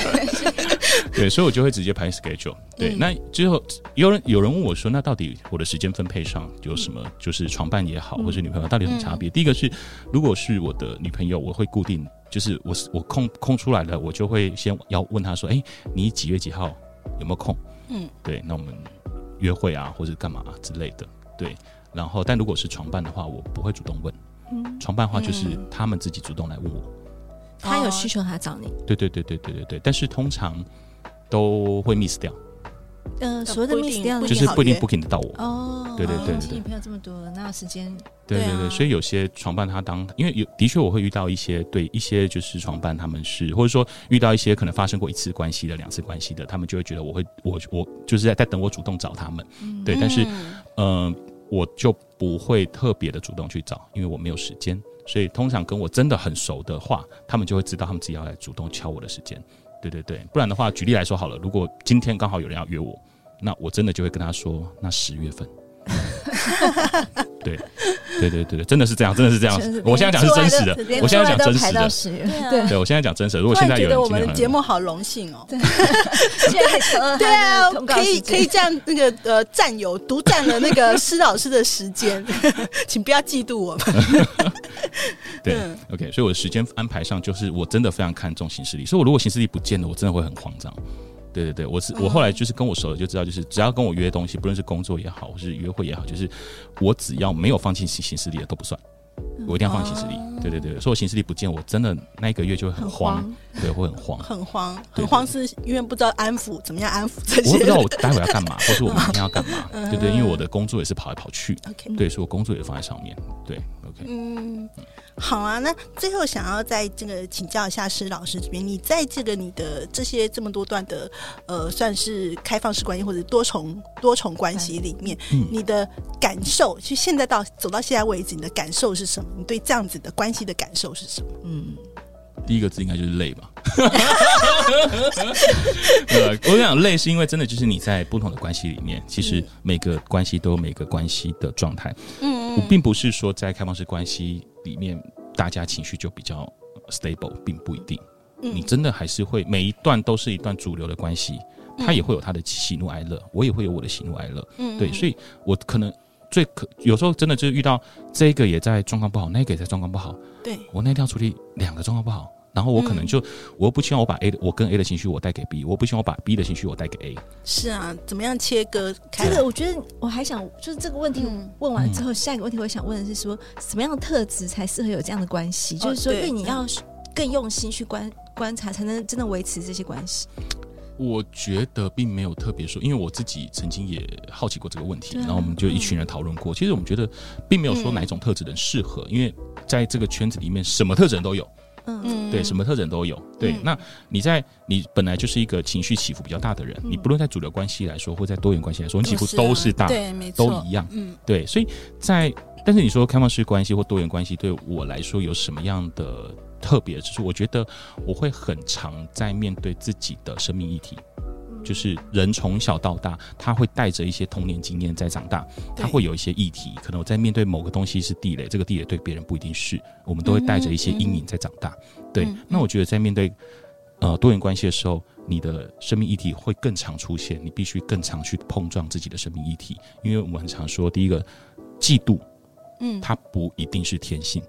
Speaker 1: 对，所以我就会直接排 schedule。对，
Speaker 4: 嗯
Speaker 1: 那之后有人有人问我说，那到底我的时间分配上有什
Speaker 4: 嗯
Speaker 1: 么，就是床伴也好，或是女朋友，到底有什么差别？第一个是，如果是我的女朋友，我会固定，就是我我空空出来了，我就会先要问她说，哎、你几月几号有没有空？
Speaker 4: 嗯
Speaker 1: 嗯，对，那我们约会啊，或者干嘛、之类的，对。然后，但如果是床伴的话，我不会主动问。床伴的话就是
Speaker 4: 嗯
Speaker 1: 他们自己主动来问我。
Speaker 2: 他有需求他找你。
Speaker 1: 对对对对对对对，但是通常都会 miss 掉。
Speaker 2: 嗯，所谓的
Speaker 4: 不一
Speaker 2: miss
Speaker 4: 定
Speaker 2: 掉
Speaker 4: 不
Speaker 1: 就是
Speaker 4: 好
Speaker 1: 不一定
Speaker 4: 约
Speaker 1: booking 得到我。
Speaker 2: 哦，
Speaker 1: 对对对对
Speaker 2: 听
Speaker 1: 对
Speaker 2: 你朋友这么多，哪有时间？
Speaker 1: 对
Speaker 4: 对
Speaker 1: 对
Speaker 4: 啊
Speaker 1: 对，所以有些床伴他当，因为有的确我会遇到一些对一些就是床伴他们是，或者说遇到一些可能发生过一次关系的、两次关系的，他们就会觉得我会我我就是在在等我主动找他们。对，但是
Speaker 4: 嗯
Speaker 1: 嗯、呃我就不会特别的主动去找，因为我没有时间。所以通常跟我真的很熟的话，他们就会知道他们自己要来主动敲我的时间。对对对，不然的话，举例来说好了，如果今天刚好有人要约我，那我真的就会跟他说，那十月份。对，对对对对，真的是这样，真的是这 样
Speaker 2: 真的。
Speaker 1: 我现在讲是真实的，我现在讲真实
Speaker 2: 排到
Speaker 1: 的，
Speaker 2: 十月，
Speaker 4: 对啊，
Speaker 1: 对我现在讲真实的。如果
Speaker 4: 突
Speaker 1: 现
Speaker 4: 然
Speaker 1: 在有
Speaker 4: 觉得
Speaker 1: 人
Speaker 4: 我
Speaker 1: 今
Speaker 4: 们
Speaker 1: 天
Speaker 4: 的
Speaker 1: 很
Speaker 4: 节目好荣幸哦。
Speaker 2: 现在还抢到
Speaker 4: 对
Speaker 2: 他
Speaker 4: 啊
Speaker 2: 的通，告
Speaker 4: 可以
Speaker 2: 时间
Speaker 4: 可以这样，那个呃，占有独占了那个施老师的时间， 请不要嫉妒我们。
Speaker 1: 对
Speaker 4: 嗯
Speaker 1: ，OK，所以我的时间安排上，就是我真的非常看重行事历，所以我如果行事历不见了，我真的会很慌张。对对对，我是我后来就是跟我熟的就知道，就是只要跟我约东西，不论是工作也好，或是约会也好，就是我只要没有放进行行事历的都不算，我一定要放行事历。对对对，所以我行事历不见，我真的那一个月就会哦很慌，对，会很 慌。
Speaker 4: 很慌，
Speaker 1: 对
Speaker 4: 很慌，是因为不知道安抚怎么样安抚这
Speaker 1: 我
Speaker 4: 些
Speaker 1: 也不知道
Speaker 4: 人。
Speaker 1: 我待会要干嘛，或是我明天要干嘛，对不对？因为我的工作也是跑来跑去，
Speaker 4: OK，
Speaker 1: 对，所以我工作也放在上面，对，OK。
Speaker 4: 嗯，好啊。那最后想要在这个请教一下施老师这边，你在这个你的这些这么多段的呃，算是开放式关系或者多重多重关系里面，
Speaker 1: 嗯
Speaker 4: 你的感受，就现在到走到现在为止，你的感受是什么？你对这样子的关系的感受是什么？
Speaker 1: 第一个字应该就是累吧。 呃，我想累是因为真的就是你在不同的关系里面，其实每个关系都有每个关系的状态。
Speaker 4: 嗯
Speaker 1: 我并不是说在开放式关系里面大家情绪就比较呃 stable，并不一定。
Speaker 4: 嗯
Speaker 1: 你真的还是会每一段都是一段主流的关系，他也会有他的喜怒哀乐，我也会有我的喜怒哀乐。
Speaker 4: 嗯
Speaker 1: 对，所以我可能最可有时候真的就是遇到这个也在状况不好，那个也在状况不好，
Speaker 4: 对，
Speaker 1: 我那天要处理两个状况不好，然后我可能就、我又不希望我把 A 的我跟 A 的情绪我带给 B，我不希望我把 B 的情绪我带给 A。
Speaker 4: 是啊，怎么样切割开
Speaker 2: 这
Speaker 4: 了？
Speaker 2: 个我觉得我还想，就是这个问题
Speaker 4: 嗯
Speaker 2: 问完之后，下一个问题我想问的是说，什么样的特质才适合有这样的关系？
Speaker 4: 哦
Speaker 2: 就是说，因
Speaker 4: 对
Speaker 2: 为你要更用心去观观察，才能真的维持这些关系。
Speaker 1: 我觉得并没有特别说，因为我自己曾经也好奇过这个问题，
Speaker 2: 对啊
Speaker 1: 然后我们就一群人讨论过。其实我们觉得并没有说哪一种特质人适合，因为在这个圈子里面，什么特质人都有，
Speaker 2: 嗯，
Speaker 4: 嗯
Speaker 1: 对，什么特质人都有。对，
Speaker 4: 嗯
Speaker 1: 那你在你本来就是一个情绪起伏比较大的人，你不论在主流关系来说，或在多元关系来说，你起伏嗯都是啊大的。
Speaker 4: 对，没错，
Speaker 1: 都一样
Speaker 4: 嗯，
Speaker 1: 对，所以在但是你说开放式关系或多元关系对我来说有什么样的特别之处？我觉得我会很常在面对自己的生命议题，
Speaker 4: 嗯
Speaker 1: 就是人从小到大，他会带着一些童年经验在长大，
Speaker 4: 对
Speaker 1: 他会有一些议题，可能我在面对某个东西是地雷，这个地雷对别人不一定是，我们都会带着一些阴影在长大。对
Speaker 4: 嗯，
Speaker 1: 那我觉得在面对呃多元关系的时候，你的生命议题会更常出现，你必须更常去碰撞自己的生命议题，因为我们很常说，第一个嫉妒
Speaker 4: 嗯
Speaker 1: 它不一定是天性，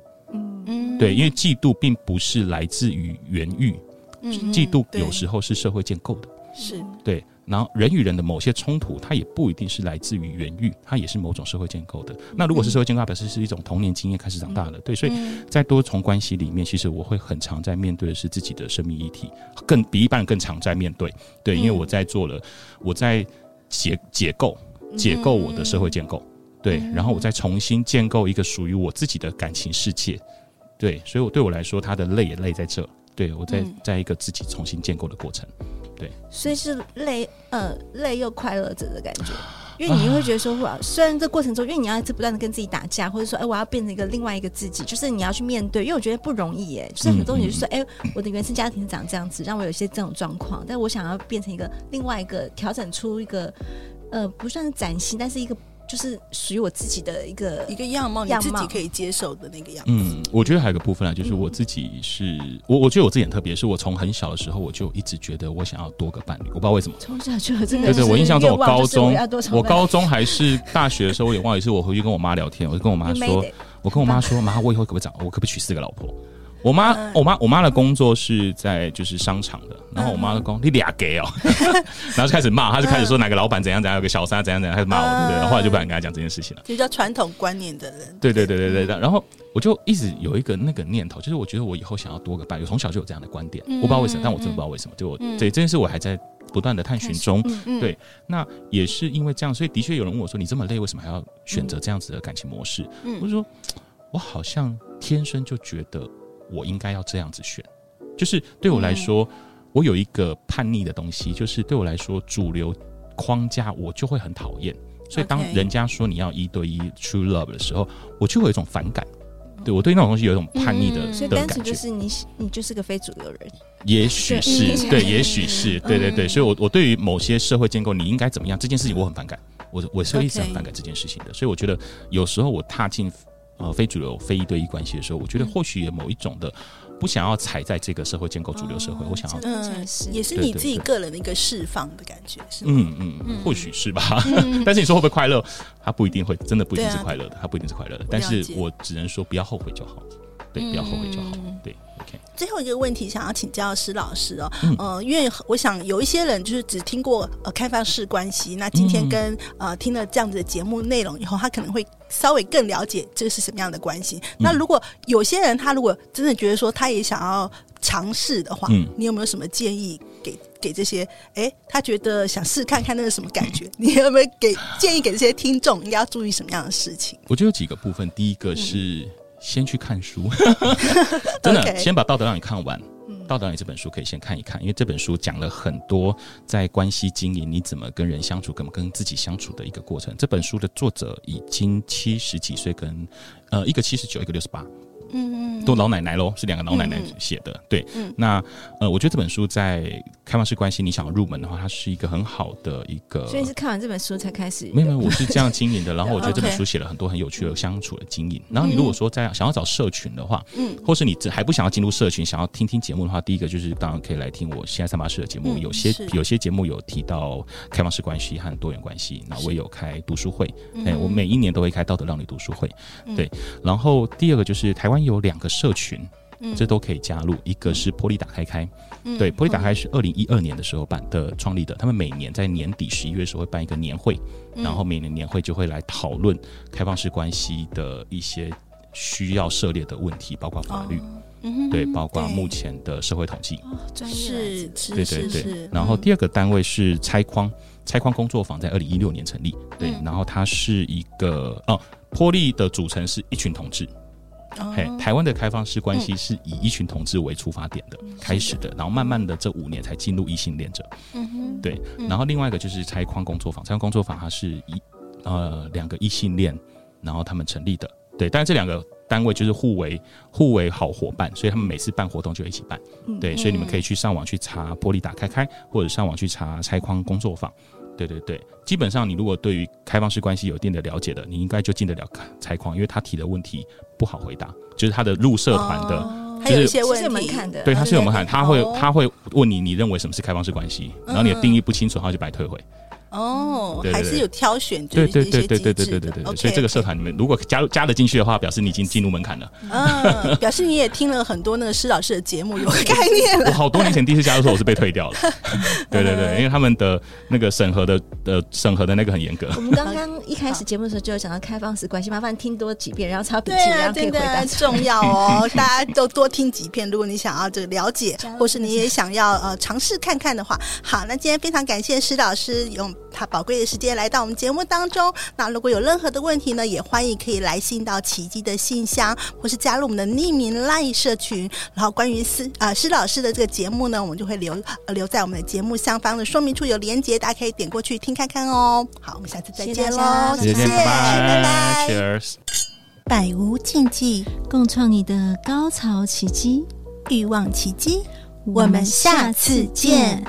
Speaker 4: 嗯
Speaker 1: 对，因为嫉妒并不是来自于原欲，
Speaker 4: 嗯
Speaker 1: 嫉妒
Speaker 4: 对
Speaker 1: 有时候是社会建构的，
Speaker 4: 是
Speaker 1: 对。然后人与人的某些冲突，它也不一定是来自于原欲，它也是某种社会建构的。那如果是社会建构，它表示是一种童年经验开始长大的，对，所以
Speaker 4: 嗯
Speaker 1: 在多重关系里面，其实我会很常在面对的是自己的生命议题，更比一般人更常在面对。对，
Speaker 4: 嗯
Speaker 1: 因为我在做了，我在解解构
Speaker 4: 嗯
Speaker 1: 解构我的社会建构，对，然后我再重新建构一个属于我自己的感情世界。对，所以我对我来说，它的累也累在这。对我在
Speaker 4: 嗯
Speaker 1: 在一个自己重新建构的过程。
Speaker 2: 所以是累，呃，累又快乐着的感觉。
Speaker 1: 啊
Speaker 2: 因为你会觉得说，哇，虽然这过程中，因为你要一直不断的跟自己打架，或者说，哎、我要变成一个另外一个自己，就是你要去面对。因为我觉得不容易耶，就是很多东西就是说，
Speaker 1: 嗯
Speaker 2: 哎、我的原生家庭长这样子，让我有一些这种状况，但我想要变成一个另外一个，调整出一个，呃，不算是崭新，但是一个就是属于我自己的 一个
Speaker 4: 一个样貌，你
Speaker 2: 样
Speaker 4: 自己
Speaker 2: 貌
Speaker 4: 可以接受的那个样。
Speaker 1: 嗯，我觉得还有一个部分啊，就是我自己是我，我觉得我自己很特别，是我从很小的时候我就一直觉得我想要多个伴侣，我不知道为什么。
Speaker 2: 从小嗯就有这个。
Speaker 1: 对对，我印象中我高中，我
Speaker 2: 我
Speaker 1: 高中还是大学的时候，我也忘了，有一次我回去跟我妈聊天，我就跟我 妈
Speaker 2: You
Speaker 1: 说
Speaker 2: made it，
Speaker 1: 我跟我妈说，妈，我以后可不可以找，我可不可以娶四个老婆？我妈，我妈，我妈的工作是在就是商场的，然后我妈就讲你俩 gay 哦， 然后就开始骂，她就开始说哪个老板怎样怎样，有个小三怎样怎样，开始骂我，对不对？然后后来就不敢跟她讲这件事情了。
Speaker 4: 就叫传统观念的人，
Speaker 1: 对对对对对对，然后我就一直有一个那个念头，就是我觉得我以后想要多个伴侣，从小就有这样的观点，我不知道为什么，但我真的不知道为什么，就我对这件事我还在不断的探寻中。对，那也是因为这样，所以的确有人问我说：“你这么累，为什么还要选择这样子的感情模式？”我就说，我好像天生就觉得我应该要这样子选，就是对我来说，我有一个叛逆的东西，就是对我来说主流框架我就会很讨厌。所以当
Speaker 2: OK
Speaker 1: 人家说你要一对一 true love 的时候，我就会有一种反感。对我对那种东西有一种叛逆的、
Speaker 3: 嗯
Speaker 2: 所以
Speaker 1: 的
Speaker 2: 单
Speaker 1: 感
Speaker 2: 纯
Speaker 1: 觉，
Speaker 2: 就是你，你就是个非主流人。
Speaker 1: 也许是
Speaker 3: 嗯
Speaker 1: 对，也许是对对对，
Speaker 2: 嗯
Speaker 1: 所以我我对于某些社会建构你应该怎么样这件事情，我很反感，我我是会一直
Speaker 2: OK
Speaker 1: 很反感这件事情的，所以我觉得有时候我踏进呃非主流非一对一关系的时候，我觉得
Speaker 2: 嗯
Speaker 1: 或许有某一种的不想要踩在这个社会建构主流社会，我想要
Speaker 2: 哦真的才是
Speaker 4: 嗯也是
Speaker 1: 对
Speaker 4: 你
Speaker 1: 对
Speaker 4: 自己
Speaker 1: 对
Speaker 4: 个人的一个释放的感觉，是吗？
Speaker 1: 嗯嗯，嗯，或许是吧。
Speaker 2: 嗯
Speaker 1: 但是你说会不会快乐？它不一定会，真的不一定是
Speaker 2: 啊
Speaker 1: 快乐的，它不一定是快乐的。但是我只能说不要后悔就好，对，不要后悔就好，
Speaker 2: 嗯
Speaker 1: 对，OK，
Speaker 4: 最后一个问题想要请教施老师哦，
Speaker 1: 嗯
Speaker 4: 呃，因为我想有一些人就是只听过呃开放式关系，那今
Speaker 1: 嗯
Speaker 4: 天跟、呃听了这样子的节目内容以后，他可能会稍微更了解这是什么样的关系。
Speaker 1: 嗯
Speaker 4: 那如果有些人他如果真的觉得说他也想要尝试的话，
Speaker 1: 嗯
Speaker 4: 你有没有什么建议给？给这些，哎，他觉得想试看看那是什么感觉？ 你有没有给建议给这些听众应该要注意什么样的事情？
Speaker 1: 我觉得有几个部分，第一个是先去看 书，真的
Speaker 4: 嗯 OK 嗯
Speaker 1: 先把《道德让你看完。《道德让你》这本书可以先看一看，因为这本书讲了很多在关系经营你怎么跟人相处，跟跟自己相处的一个过程。这本书的作者已经七十几岁跟，呃一个七十九，一个六十八，
Speaker 4: 嗯，
Speaker 1: 都老奶奶喽，是两个老奶奶写的。对，那呃，我觉得这本书在开放式关系，你想要入门的话，它是一个很好的一个。
Speaker 2: 所以是看完这本书才开始。
Speaker 1: 没有没有，我是这样经营 的。然后我觉得
Speaker 4: OK
Speaker 1: 这本书写了很多很有趣的相处的经营。然后你如果说在想要找社群的话，
Speaker 4: 嗯
Speaker 1: 嗯，或是你只还不想要进入社群，想要听听节目的话，第一个就是当然可以来听我现在三八式的节目。
Speaker 4: 嗯
Speaker 1: 有些
Speaker 4: 是
Speaker 1: 有些节目有提到开放式关系和多元关系，那我也有开读书会，
Speaker 4: 嗯
Speaker 1: 哎、我每一年都会开道德让你读书会。对，然后第二个就是台湾有两个社群，
Speaker 4: 嗯
Speaker 1: 这都可以加入。一个是玻璃打开开，
Speaker 4: 嗯
Speaker 1: 对，玻璃打开是二零一二年的时候办的创立的，他们每年在年底十一月的时候会办一个年会，
Speaker 4: 嗯
Speaker 1: 然
Speaker 4: 哦
Speaker 1: 后每年年会就会来讨论开放式关系的一些需要涉猎的问题，包括法律，
Speaker 4: 嗯
Speaker 1: 对，包括
Speaker 4: 对
Speaker 1: 目前的社会统计，
Speaker 2: 哦，专业来
Speaker 4: 是
Speaker 2: 自
Speaker 4: 是
Speaker 1: 对对
Speaker 4: 是
Speaker 1: 对。
Speaker 4: 是，
Speaker 1: 然后
Speaker 4: 嗯
Speaker 1: 第二个单位是拆框，拆框工作坊在二零一六年成立，对，
Speaker 4: 嗯
Speaker 1: 然后它是一个哦，玻璃的组成是一群同志，嘿，台湾的开放式关系是以一群同志为出发嗯点的、开始的，然后慢慢的这五年才进入异性恋者。嗯对。然后另外一个就是拆框工作坊，拆框工作坊它是一呃两个异性恋，然后他们成立的。对，但是这两个单位就是互为互为好伙伴，所以他们每次办活动就一起办。对，所以你们可
Speaker 4: 嗯
Speaker 1: 以去上网去查玻璃打开开，或者上网去查拆框工作坊。对对对，基本上你如果对于开放式关系有一定的了解的，你应该就进得了拆框，因为他提的问题不好回答，就是他的入社团的，
Speaker 4: 哦还有一
Speaker 1: 就是
Speaker 4: 些问
Speaker 2: 是有
Speaker 4: 题
Speaker 2: 门槛的。
Speaker 1: 对他是有门
Speaker 4: 哦
Speaker 1: 槛，他会
Speaker 4: 哦嗯
Speaker 1: 他会问你你认为什么是开放式关系，然后你的定义不清楚，他就把你退回。
Speaker 4: 哦，
Speaker 1: 对对
Speaker 4: 还
Speaker 1: 对
Speaker 4: 是有挑选，
Speaker 1: 对
Speaker 4: 就是
Speaker 1: 对
Speaker 4: 一些
Speaker 1: 对对对对
Speaker 4: 机制
Speaker 1: 对对
Speaker 4: 的
Speaker 1: 对对，
Speaker 4: OK，
Speaker 1: 所以这个社团你们如果加入加得进去的话，表示你已经进入门槛 了。
Speaker 4: 嗯，表示你也听了很多那个施老师的节目，有概念
Speaker 1: 我
Speaker 4: 了。
Speaker 1: 好多年前第一次加入的时候，我是被退掉了。 对对对，因为他们的那个审核的呃审核的那个很严格。
Speaker 2: 我们刚刚一开始节目的时候就有讲到开放式关系，麻烦听多几遍，然后抄笔
Speaker 4: 对
Speaker 2: 记，然
Speaker 4: 啊，
Speaker 2: 后可以
Speaker 4: 真
Speaker 2: 回答
Speaker 4: 的
Speaker 2: 出
Speaker 4: 重 要哦，大家都多听几遍。如果你想要这个了解，或是你也想要呃尝试看看的话，好，那今天非常感谢施老师用他宝贵的时间来到我们节目当中。那如果有任何的问题呢，也欢迎可以来信到奇迹的信箱，或是加入我们的匿名赖社群。然后关于施啊施老师的这个节目呢，我们就会留、呃留在我们的节目下方的说明处有连接，大家可以点过去听看看哦。好，我们下次再
Speaker 2: 谢谢
Speaker 4: 见
Speaker 2: 大
Speaker 4: 喽，
Speaker 2: 家
Speaker 1: 再见，
Speaker 4: 拜
Speaker 1: 拜
Speaker 4: 拜。
Speaker 1: ，Cheers。
Speaker 4: 百无禁忌，
Speaker 3: 共创你的高潮奇迹。
Speaker 4: 欲望奇迹。
Speaker 3: 我们下次见。